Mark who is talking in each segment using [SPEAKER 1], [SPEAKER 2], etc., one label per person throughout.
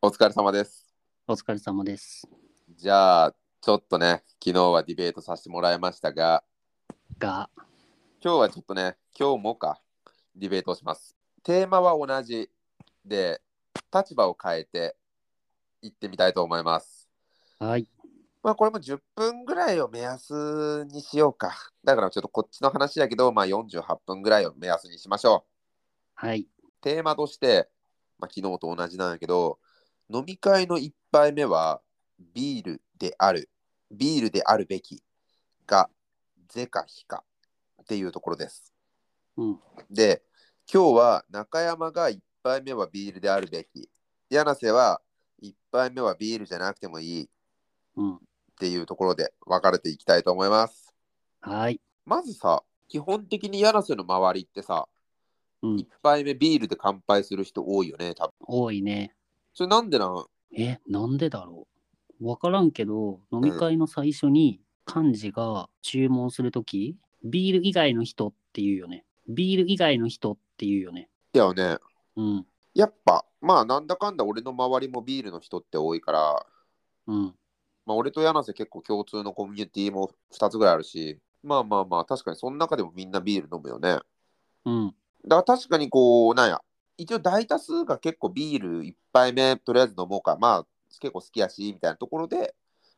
[SPEAKER 1] お疲れ様です。
[SPEAKER 2] お疲れ様です。
[SPEAKER 1] じゃあ、ちょっとね、昨日はディベートさせてもらいましたが、
[SPEAKER 2] が、
[SPEAKER 1] 今日はちょっとね、今日もか、ディベートをします。テーマは同じで、立場を変えていってみたいと思います。
[SPEAKER 2] はい。
[SPEAKER 1] まあ、これも10分ぐらいを目安にしようか。だからちょっとこっちの話だけど、まあ48分ぐらいを目安にしましょう。
[SPEAKER 2] はい。
[SPEAKER 1] テーマとして、まあ、昨日と同じなんやけど飲み会の1杯目はビールであるビールであるべきが是か非かっていうところです、
[SPEAKER 2] うん
[SPEAKER 1] で今日は中山が1杯目はビールであるべき柳瀬は1杯目はビールじゃなくてもいいっ
[SPEAKER 2] うん。
[SPEAKER 1] ていうところで分かれていきたいと思います
[SPEAKER 2] はい。
[SPEAKER 1] まずさ基本的に柳瀬の周りってさ
[SPEAKER 2] うん
[SPEAKER 1] 1。杯目ビールで乾杯する人多いよね多分
[SPEAKER 2] 多いね。
[SPEAKER 1] それなんでなん
[SPEAKER 2] え、なんでだろうわからんけど、飲み会の最初に、幹事が注文するとき、ビール以外の人っていうよね。ビール以外の人っていうよね。
[SPEAKER 1] だよね。
[SPEAKER 2] うん。
[SPEAKER 1] やっぱ、まあ、なんだかんだ俺の周りもビールの人って多いから、
[SPEAKER 2] うん。
[SPEAKER 1] まあ、俺と柳瀬結構共通のコミュニティも2つぐらいあるし、まあまあまあ、確かにその中でもみんなビール飲むよね。
[SPEAKER 2] うん。
[SPEAKER 1] だから確かにこう、なんや、一応大多数が結構ビール1杯目、とりあえず飲もうか、まあ、結構好きやし、みたいなところで、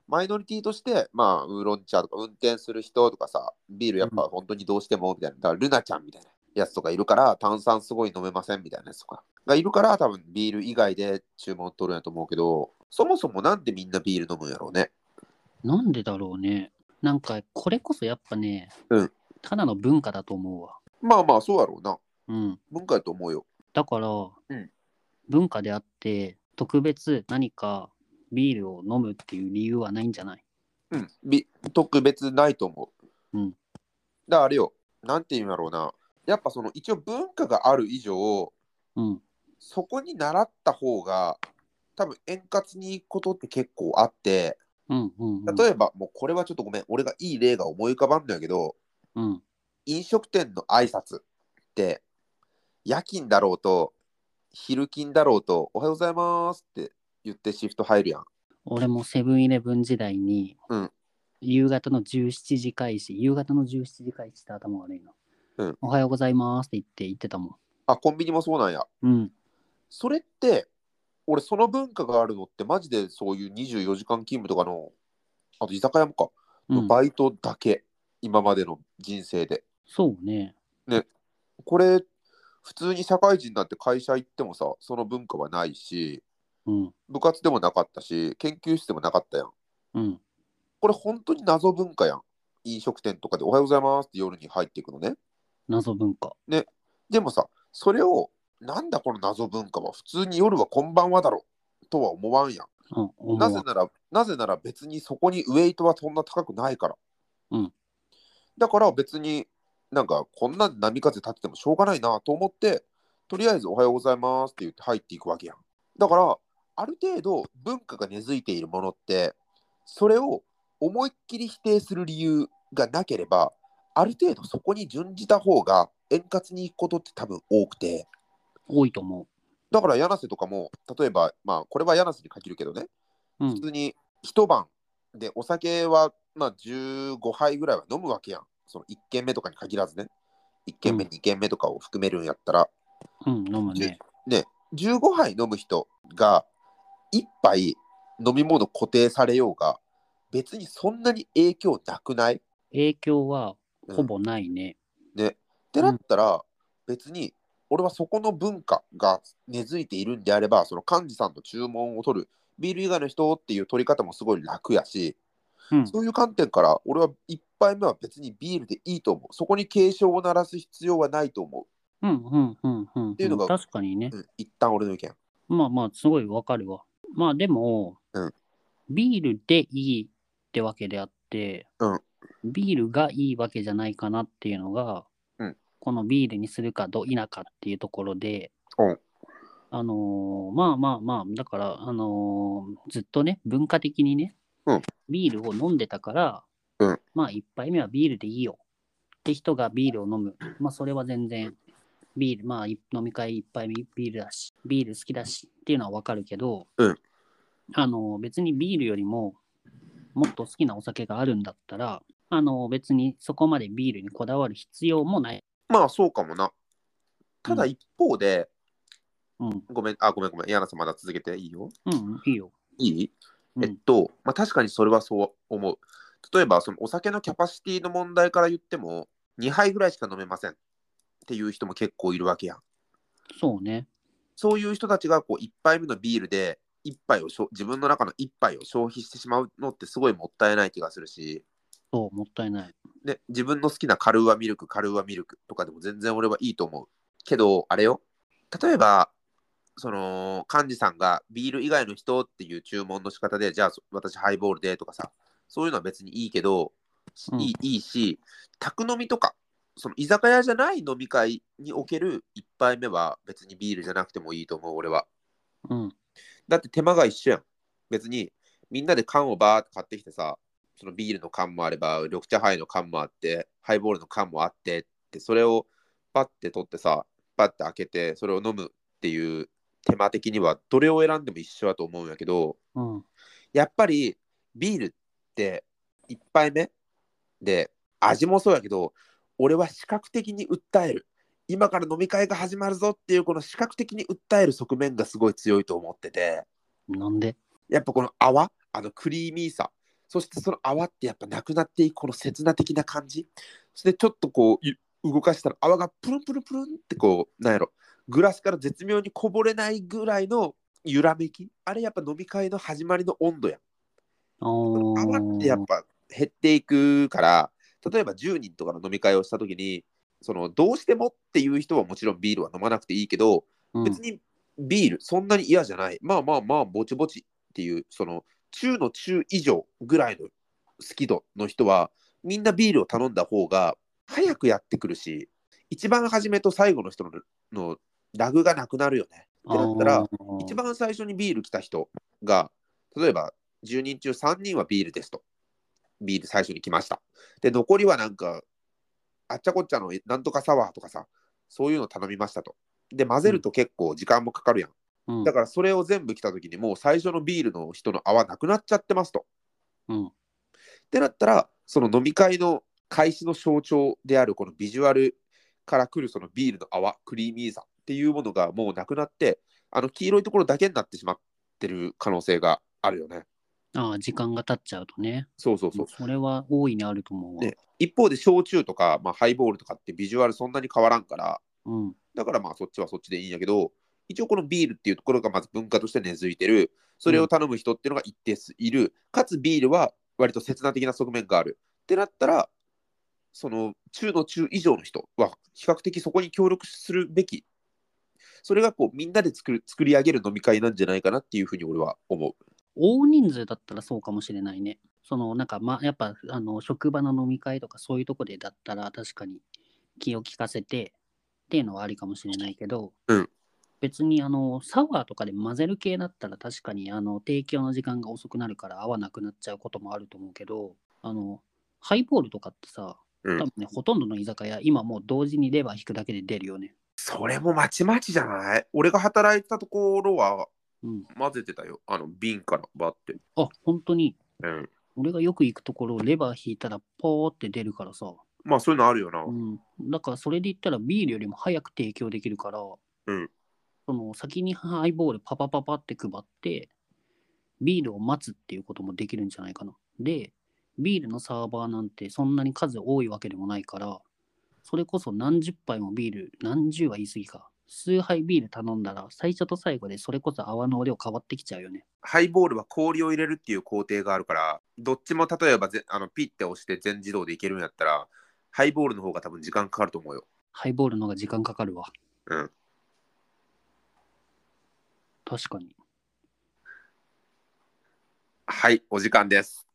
[SPEAKER 1] マイノリティとして、まあ、ウーロン茶とか運転する人とかさ、ビールやっぱ本当にどうしても、みたいな、だからルナちゃんみたいなやつとかいるから、炭酸すごい飲めません、みたいなやつとか、がいるから、多分ビール以外で注文取るんやと思うけど、そもそもなんでみんなビール飲むんやろうね。
[SPEAKER 2] なんでだろうね。なんか、これこそやっぱね、
[SPEAKER 1] うん
[SPEAKER 2] ただの文化だと思うわ。
[SPEAKER 1] まあまあ、そうやろうな。
[SPEAKER 2] うん。
[SPEAKER 1] 文化やと思うよ。
[SPEAKER 2] だから、
[SPEAKER 1] ん
[SPEAKER 2] 文化であって特別何かビールを飲むっていう理由はないんじゃない
[SPEAKER 1] うん、び特別ないと思う。
[SPEAKER 2] うん。
[SPEAKER 1] だからあれよ、なんて言うんだろうな。やっぱその一応文化がある以上、
[SPEAKER 2] うん
[SPEAKER 1] そこに習った方が、多分円滑にいくことって結構あって、
[SPEAKER 2] うんうんうん
[SPEAKER 1] 例えば、もうこれはちょっとごめん、俺がいい例が思い浮かばんのやけど、
[SPEAKER 2] うん
[SPEAKER 1] 飲食店の挨拶って、夜勤だろうと、昼勤だろうと、おはようございますって言ってシフト入るやん。
[SPEAKER 2] 俺もセブンイレブン時代に、
[SPEAKER 1] うん
[SPEAKER 2] 夕方の17時開始夕方の17時開始って頭悪いな、
[SPEAKER 1] うん
[SPEAKER 2] おはようございますって言って言ってたも
[SPEAKER 1] あ、コンビニもそうなんや。
[SPEAKER 2] んうん
[SPEAKER 1] それって、俺その文化があるのって、マジでそういう24時間勤務とかの、あと居酒屋もか、
[SPEAKER 2] うん
[SPEAKER 1] バイトだけ、今までの人生で。
[SPEAKER 2] そうね
[SPEAKER 1] これ、普通に社会人になって会社行ってもさ、その文化はないし、
[SPEAKER 2] うん
[SPEAKER 1] 部活でもなかったし、研究室でもなかったやん。
[SPEAKER 2] うん
[SPEAKER 1] これ本当に謎文化やん。飲食店とかでおはようございますって夜に入っていくのね。
[SPEAKER 2] 謎文化
[SPEAKER 1] でもさ、それを、なんだこの謎文化は、普通に夜はこんばんはだろ、とは思わんやん。
[SPEAKER 2] うん思う
[SPEAKER 1] なぜなら、なぜなら別にそこにウェイトはそんな高くないから。
[SPEAKER 2] うん
[SPEAKER 1] だから別になんかこんな波風立っててもしょうがないなと思って、とりあえずおはようございますって言って入っていくわけやん。だから、ある程度文化が根付いているものって、それを思いっきり否定する理由がなければ、ある程度そこに準じた方が円滑にいくことって多分多くて、
[SPEAKER 2] 多いと思
[SPEAKER 1] だから柳瀬とかも、例えば、まあこれは柳瀬に限るけどね、
[SPEAKER 2] ううん
[SPEAKER 1] 普通に一晩でお酒はまあ15杯ぐらいは飲むわけやん。その1軒目とかに限らずね。1軒目、
[SPEAKER 2] うん
[SPEAKER 1] 2軒目とかを含めるんやったら、
[SPEAKER 2] うん飲むね
[SPEAKER 1] 15杯飲む人が1杯飲み物固定されようが、別にそんなに影響なくないっ
[SPEAKER 2] 影響はほぼないね、
[SPEAKER 1] てなったら、別に俺はそこの文化が根付いているんであれば、その幹事さんの注文を取る、ビール以外の人っていう取り方もすごい楽やし、
[SPEAKER 2] うん
[SPEAKER 1] そういう観点から、俺は1杯目は別にビールでいいと思う。そこに警鐘を鳴らす必要はないと思
[SPEAKER 2] うんうんうんうんん
[SPEAKER 1] ていうのが
[SPEAKER 2] 確かにね
[SPEAKER 1] う。うん、一旦俺の意見。
[SPEAKER 2] まあまあ、すごいわかるわ。まあでも、
[SPEAKER 1] うん
[SPEAKER 2] ビールでいいってわけであって、
[SPEAKER 1] うん
[SPEAKER 2] ビールがいいわけじゃないかなっていうのが、
[SPEAKER 1] うん
[SPEAKER 2] このビールにするかど否かっていうところで、
[SPEAKER 1] うん
[SPEAKER 2] あのーまあまあまあ、だから、あのーずっとね、文化的にね、
[SPEAKER 1] うん
[SPEAKER 2] ビールを飲んでたから、
[SPEAKER 1] うん
[SPEAKER 2] まあ一杯目はビールでいいよって人がビールを飲む。まあそれは全然、ビール、まあい飲み会一杯目ビールだし、ビール好きだしっていうのはわかるけど、
[SPEAKER 1] うん
[SPEAKER 2] あの別にビールよりももっと好きなお酒があるんだったらあの別にそこまでビールにこだわる必要もない。
[SPEAKER 1] まあそうかもな。ただ
[SPEAKER 2] うん
[SPEAKER 1] 一方で、
[SPEAKER 2] うん、
[SPEAKER 1] ごめん、あ、ごめんごめん、柳さんまだ続けていいよ。
[SPEAKER 2] うん、いいよ。
[SPEAKER 1] いい、
[SPEAKER 2] うん
[SPEAKER 1] えっと、まあ確かにそれはそう思う。例えば、そのお酒のキャパシティの問題から言っても、2杯ぐらいしか飲めませんっていう人も結構いるわけやん。
[SPEAKER 2] そうね。
[SPEAKER 1] そういう人たちがこう1杯目のビールで1杯をしょ自分の中の1杯を消費してしまうのってすごいもったいない気がするし
[SPEAKER 2] そう、もったいない。
[SPEAKER 1] で自分の好きなカルーアミルクカルーアミルクとかでも全然俺はいいと思うけどあれよ例えばその幹事さんがビール以外の人っていう注文の仕方でじゃあそ私ハイボールでとかさそういうのは別にいいけど、し
[SPEAKER 2] うん
[SPEAKER 1] いいいいし宅飲みとかその居酒屋じゃない飲み会における1杯目は別にビールじゃなくてもいいと思う俺は。
[SPEAKER 2] うん、
[SPEAKER 1] だって手間が一緒やん。別にみんなで缶をバーって買ってきてさ、そのビールの缶もあれば、緑茶ハイの缶もあって、ハイボールの缶もあってって、それをパッて取ってさ、パッて開けて、それを飲むっていう手間的には、どれを選んでも一緒だと思うんやけど、
[SPEAKER 2] うん、
[SPEAKER 1] やっぱりビールって1杯目で味もそうやけど俺は視覚的に訴える今から飲み会が始まるぞっていうこの視覚的に訴える側面がすごい強いと思ってて
[SPEAKER 2] なんで
[SPEAKER 1] やっぱこの泡あのクリーミーさそしてその泡ってやっぱなくなっていくこの刹那的な感じそしてちょっとこうゆ動かしたら泡がプルンプルンプルンってこうなんやろグラスから絶妙にこぼれないぐらいの揺らめきあれやっぱ飲み会の始まりの温度やん
[SPEAKER 2] あー
[SPEAKER 1] 泡ってやっぱ減っていくから例えば10人とかの飲み会をした時にそのどうしてもっていう人はもちろんビールは飲まなくていいけど
[SPEAKER 2] うん
[SPEAKER 1] 別にビールそんなに嫌じゃないまあまあまあぼちぼちっていうその中の中以上ぐらいの好き度の人はみんなビールを頼んだ方が早くやってくるし一番初めと最後の人ののラグがなくなるよね。ってなったら
[SPEAKER 2] あー
[SPEAKER 1] 一番最初にビール来た人が例えば10人中3人はビールですとビール最初に来ましたで残りはなんかあっちゃこっちゃのなんとかサワーとかさそういうの頼みましたとで混ぜると結構時間もかかるやん、
[SPEAKER 2] うん
[SPEAKER 1] だからそれを全部来た時にもう最初のビールの人の泡なくなっちゃってますと
[SPEAKER 2] うん
[SPEAKER 1] ってなったらその飲み会の開始の象徴であるこのビジュアルから来るそのビールの泡クリーミーさっていうものがもうなくなってあの黄色いところだけになってしまってる可能性があるよね
[SPEAKER 2] あー時間が経っちゃうとね。
[SPEAKER 1] そうそうそう、
[SPEAKER 2] それは大いにあると思うわ。
[SPEAKER 1] ね一方で焼酎とか、まあ、ハイボールとかってビジュアルそんなに変わらんから
[SPEAKER 2] うん、
[SPEAKER 1] だからまあそっちはそっちでいいんやけど一応このビールっていうところがまず文化として根付いてるそれを頼む人っていうのが一定数いる、かつビールは割と切な的な側面があるってなったらその中の中以上の人は比較的そこに協力するべきそれがこうみんなで作る作り上げる飲み会なんじゃないかなっていうふうに俺は思う
[SPEAKER 2] 大人数だったらそうかもしれないね。そのなんかまやっぱあの職場の飲み会とかそういうとこでだったら確かに気を利かせてっていうのはありかもしれないけど、
[SPEAKER 1] うん
[SPEAKER 2] 別にあのサワーとかで混ぜる系だったら確かにあの提供の時間が遅くなるから合わなくなっちゃうこともあると思うけどあのハイボールとかってさ
[SPEAKER 1] う
[SPEAKER 2] 多
[SPEAKER 1] ん
[SPEAKER 2] 分ね、ほとんどの居酒屋今もう同時にレバー引くだけで出るよね。
[SPEAKER 1] それもまちまちじゃない俺が働いてたところは
[SPEAKER 2] うん、
[SPEAKER 1] 混ぜてたよあの瓶からバッて
[SPEAKER 2] あ本当に
[SPEAKER 1] うん
[SPEAKER 2] 俺がよく行くところレバー引いたらポーって出るからさ、
[SPEAKER 1] まあそういうのあるよな、
[SPEAKER 2] うん、だからそれで言ったらビールよりも早く提供できるから、
[SPEAKER 1] ん
[SPEAKER 2] その先にハイボールパパパパって配ってビールを待つっていうこともできるんじゃないかな。でビールのサーバーなんてそんなに数多いわけでもないからそれこそ何十杯もビール何十は言い過ぎか数杯ビール頼んだら最初と最後でそれこそ泡の量変わってきちゃうよね。
[SPEAKER 1] ハイボールは氷を入れるっていう工程があるから、どっちも例えばぜあのピッて押して全自動でいけるんやったら、ハイボールの方が多分時間かかると思うよ。
[SPEAKER 2] ハイボールの方が時間かかるわ。
[SPEAKER 1] うん。
[SPEAKER 2] 確かに。
[SPEAKER 1] はい、お時間です。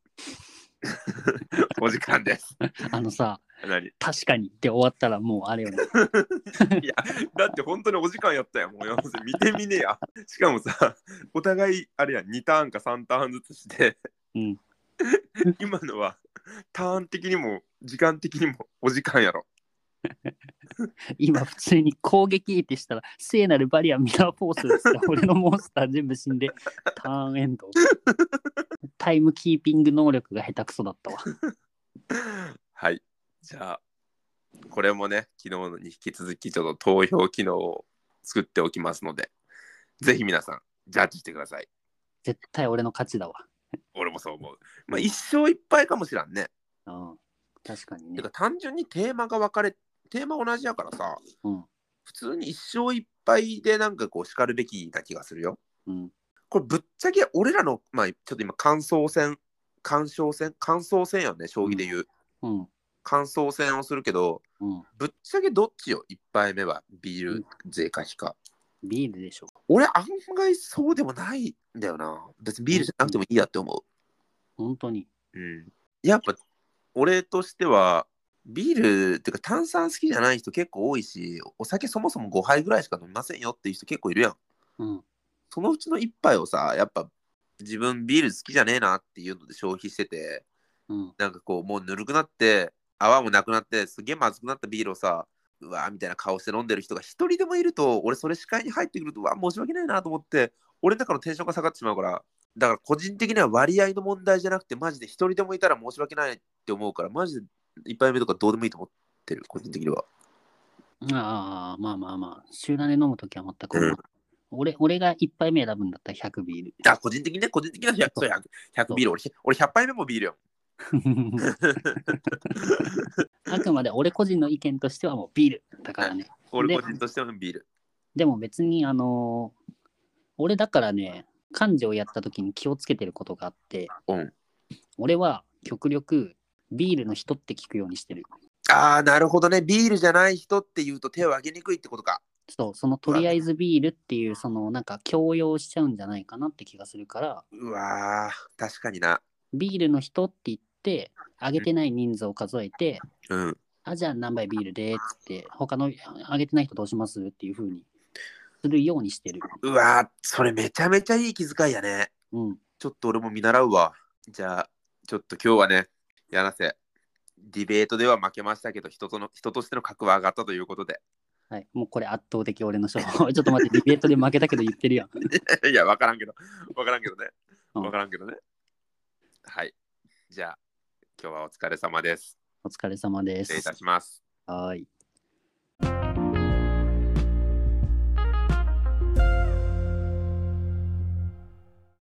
[SPEAKER 1] お時間です。
[SPEAKER 2] あのさ、
[SPEAKER 1] 何い
[SPEAKER 2] 確かにって終わったらもうあれよね。
[SPEAKER 1] や、だって本当にお時間やったよ。もう要するに見てみねえや。しかもさ、お互いあれや、2ターンか3ターンずつして、
[SPEAKER 2] うん。
[SPEAKER 1] 今のはターン的にも時間的にもお時間やろ。
[SPEAKER 2] 今普通に攻撃ってしたら聖なるバリアミラーフォースです よ俺のモンスター全部死んでターンエンドタイムキーピング能力が下手くそだったわ
[SPEAKER 1] はい。じゃあ、これもね、昨日に引き続き、ちょっと投票機能を作っておきますので、ぜひ皆さん、ジャッジしてください。
[SPEAKER 2] 絶対俺の勝ちだわ
[SPEAKER 1] 俺もそう思う。まあ、一生いっぱいかもしらんね。
[SPEAKER 2] うん確かに
[SPEAKER 1] て
[SPEAKER 2] ね
[SPEAKER 1] か、単純にテーマが分かれ、テーマ同じやからさ、
[SPEAKER 2] うん
[SPEAKER 1] 普通に一生いっぱいでなんかこう、叱るべきな気がするよ。
[SPEAKER 2] うん
[SPEAKER 1] これ、ぶっちゃけ俺らの、まあ、ちょっと今、感想戦、感想戦、感想戦よね、将棋で言う。
[SPEAKER 2] うん
[SPEAKER 1] 感想戦をするけど、
[SPEAKER 2] うん
[SPEAKER 1] ぶっちゃけどっちよ、1杯目はビール税か非か。
[SPEAKER 2] ビールでしょ
[SPEAKER 1] 俺、案外そうでもないんだよな。別にビールじゃなくてもいいやって思
[SPEAKER 2] 本当に
[SPEAKER 1] う。うん。やっぱ、俺としては、ビールっていうか炭酸好きじゃない人結構多いし、お酒そもそも5杯ぐらいしか飲みませんよっていう人結構いるやん。
[SPEAKER 2] うん
[SPEAKER 1] そのうちの1杯をさ、やっぱ自分ビール好きじゃねえなっていうので消費してて、
[SPEAKER 2] うん
[SPEAKER 1] なんかこう、もうぬるくなって、泡もなくなって、すげえまずくなったビールをさ、うわーみたいな顔して飲んでる人が一人でもいると、俺それ視界に入ってくると、うわー申し訳ないなと思って、俺の中のテンションが下がってしまうから、だから個人的には割合の問題じゃなくて、マジで一人でもいたら申し訳ないって思うから、マジで一杯目とかどうでもいいと思ってる、個人的には。
[SPEAKER 2] ああまあまあまあ集団で飲むときは全く思わない、
[SPEAKER 1] うん
[SPEAKER 2] 俺俺が1杯目選ぶんだったら100ビール
[SPEAKER 1] あ、個人的にね、個人的な 100, そう 100, 100ビール、俺俺100杯目もビールよ。
[SPEAKER 2] あくまで俺個人の意見としてはもうビールだからね。
[SPEAKER 1] 俺
[SPEAKER 2] で
[SPEAKER 1] 個人としてもビール。
[SPEAKER 2] でも別にあのー俺だからね、漢字をやった時に気をつけてることがあって、
[SPEAKER 1] うん
[SPEAKER 2] 俺は極力ビールの人って聞くようにしてる。
[SPEAKER 1] ああ、なるほどね。ビールじゃない人って言うと手を挙げにくいってことか。
[SPEAKER 2] そう、そのとりあえずビールっていう、そのなんか強要しちゃうんじゃないかなって気がするから、
[SPEAKER 1] うわー、確かにな。
[SPEAKER 2] ビールの人って言って、あげてない人数を数えて、
[SPEAKER 1] うん。
[SPEAKER 2] あ、じゃあ何杯ビールでーっつって、他のあげてない人どうしますっていう風にするようにしてる。
[SPEAKER 1] うわー、それめちゃめちゃいい気遣いやね。
[SPEAKER 2] うん。
[SPEAKER 1] ちょっと俺も見習うわ。じゃあ、ちょっと今日はね、柳瀬、ディベートでは負けましたけど、人との人としての格は上がったということで。
[SPEAKER 2] はい、もうこれ圧倒的俺の勝負。お いちょっと待って、ディベートで負けたけど言ってるやん。
[SPEAKER 1] いや、わからんけど、わからんけどね。
[SPEAKER 2] うん
[SPEAKER 1] わからんけどね。はい。じゃあ、今日はお疲れ様です。
[SPEAKER 2] お疲れ様で
[SPEAKER 1] 失礼い
[SPEAKER 2] す
[SPEAKER 1] た。します。
[SPEAKER 2] はーい。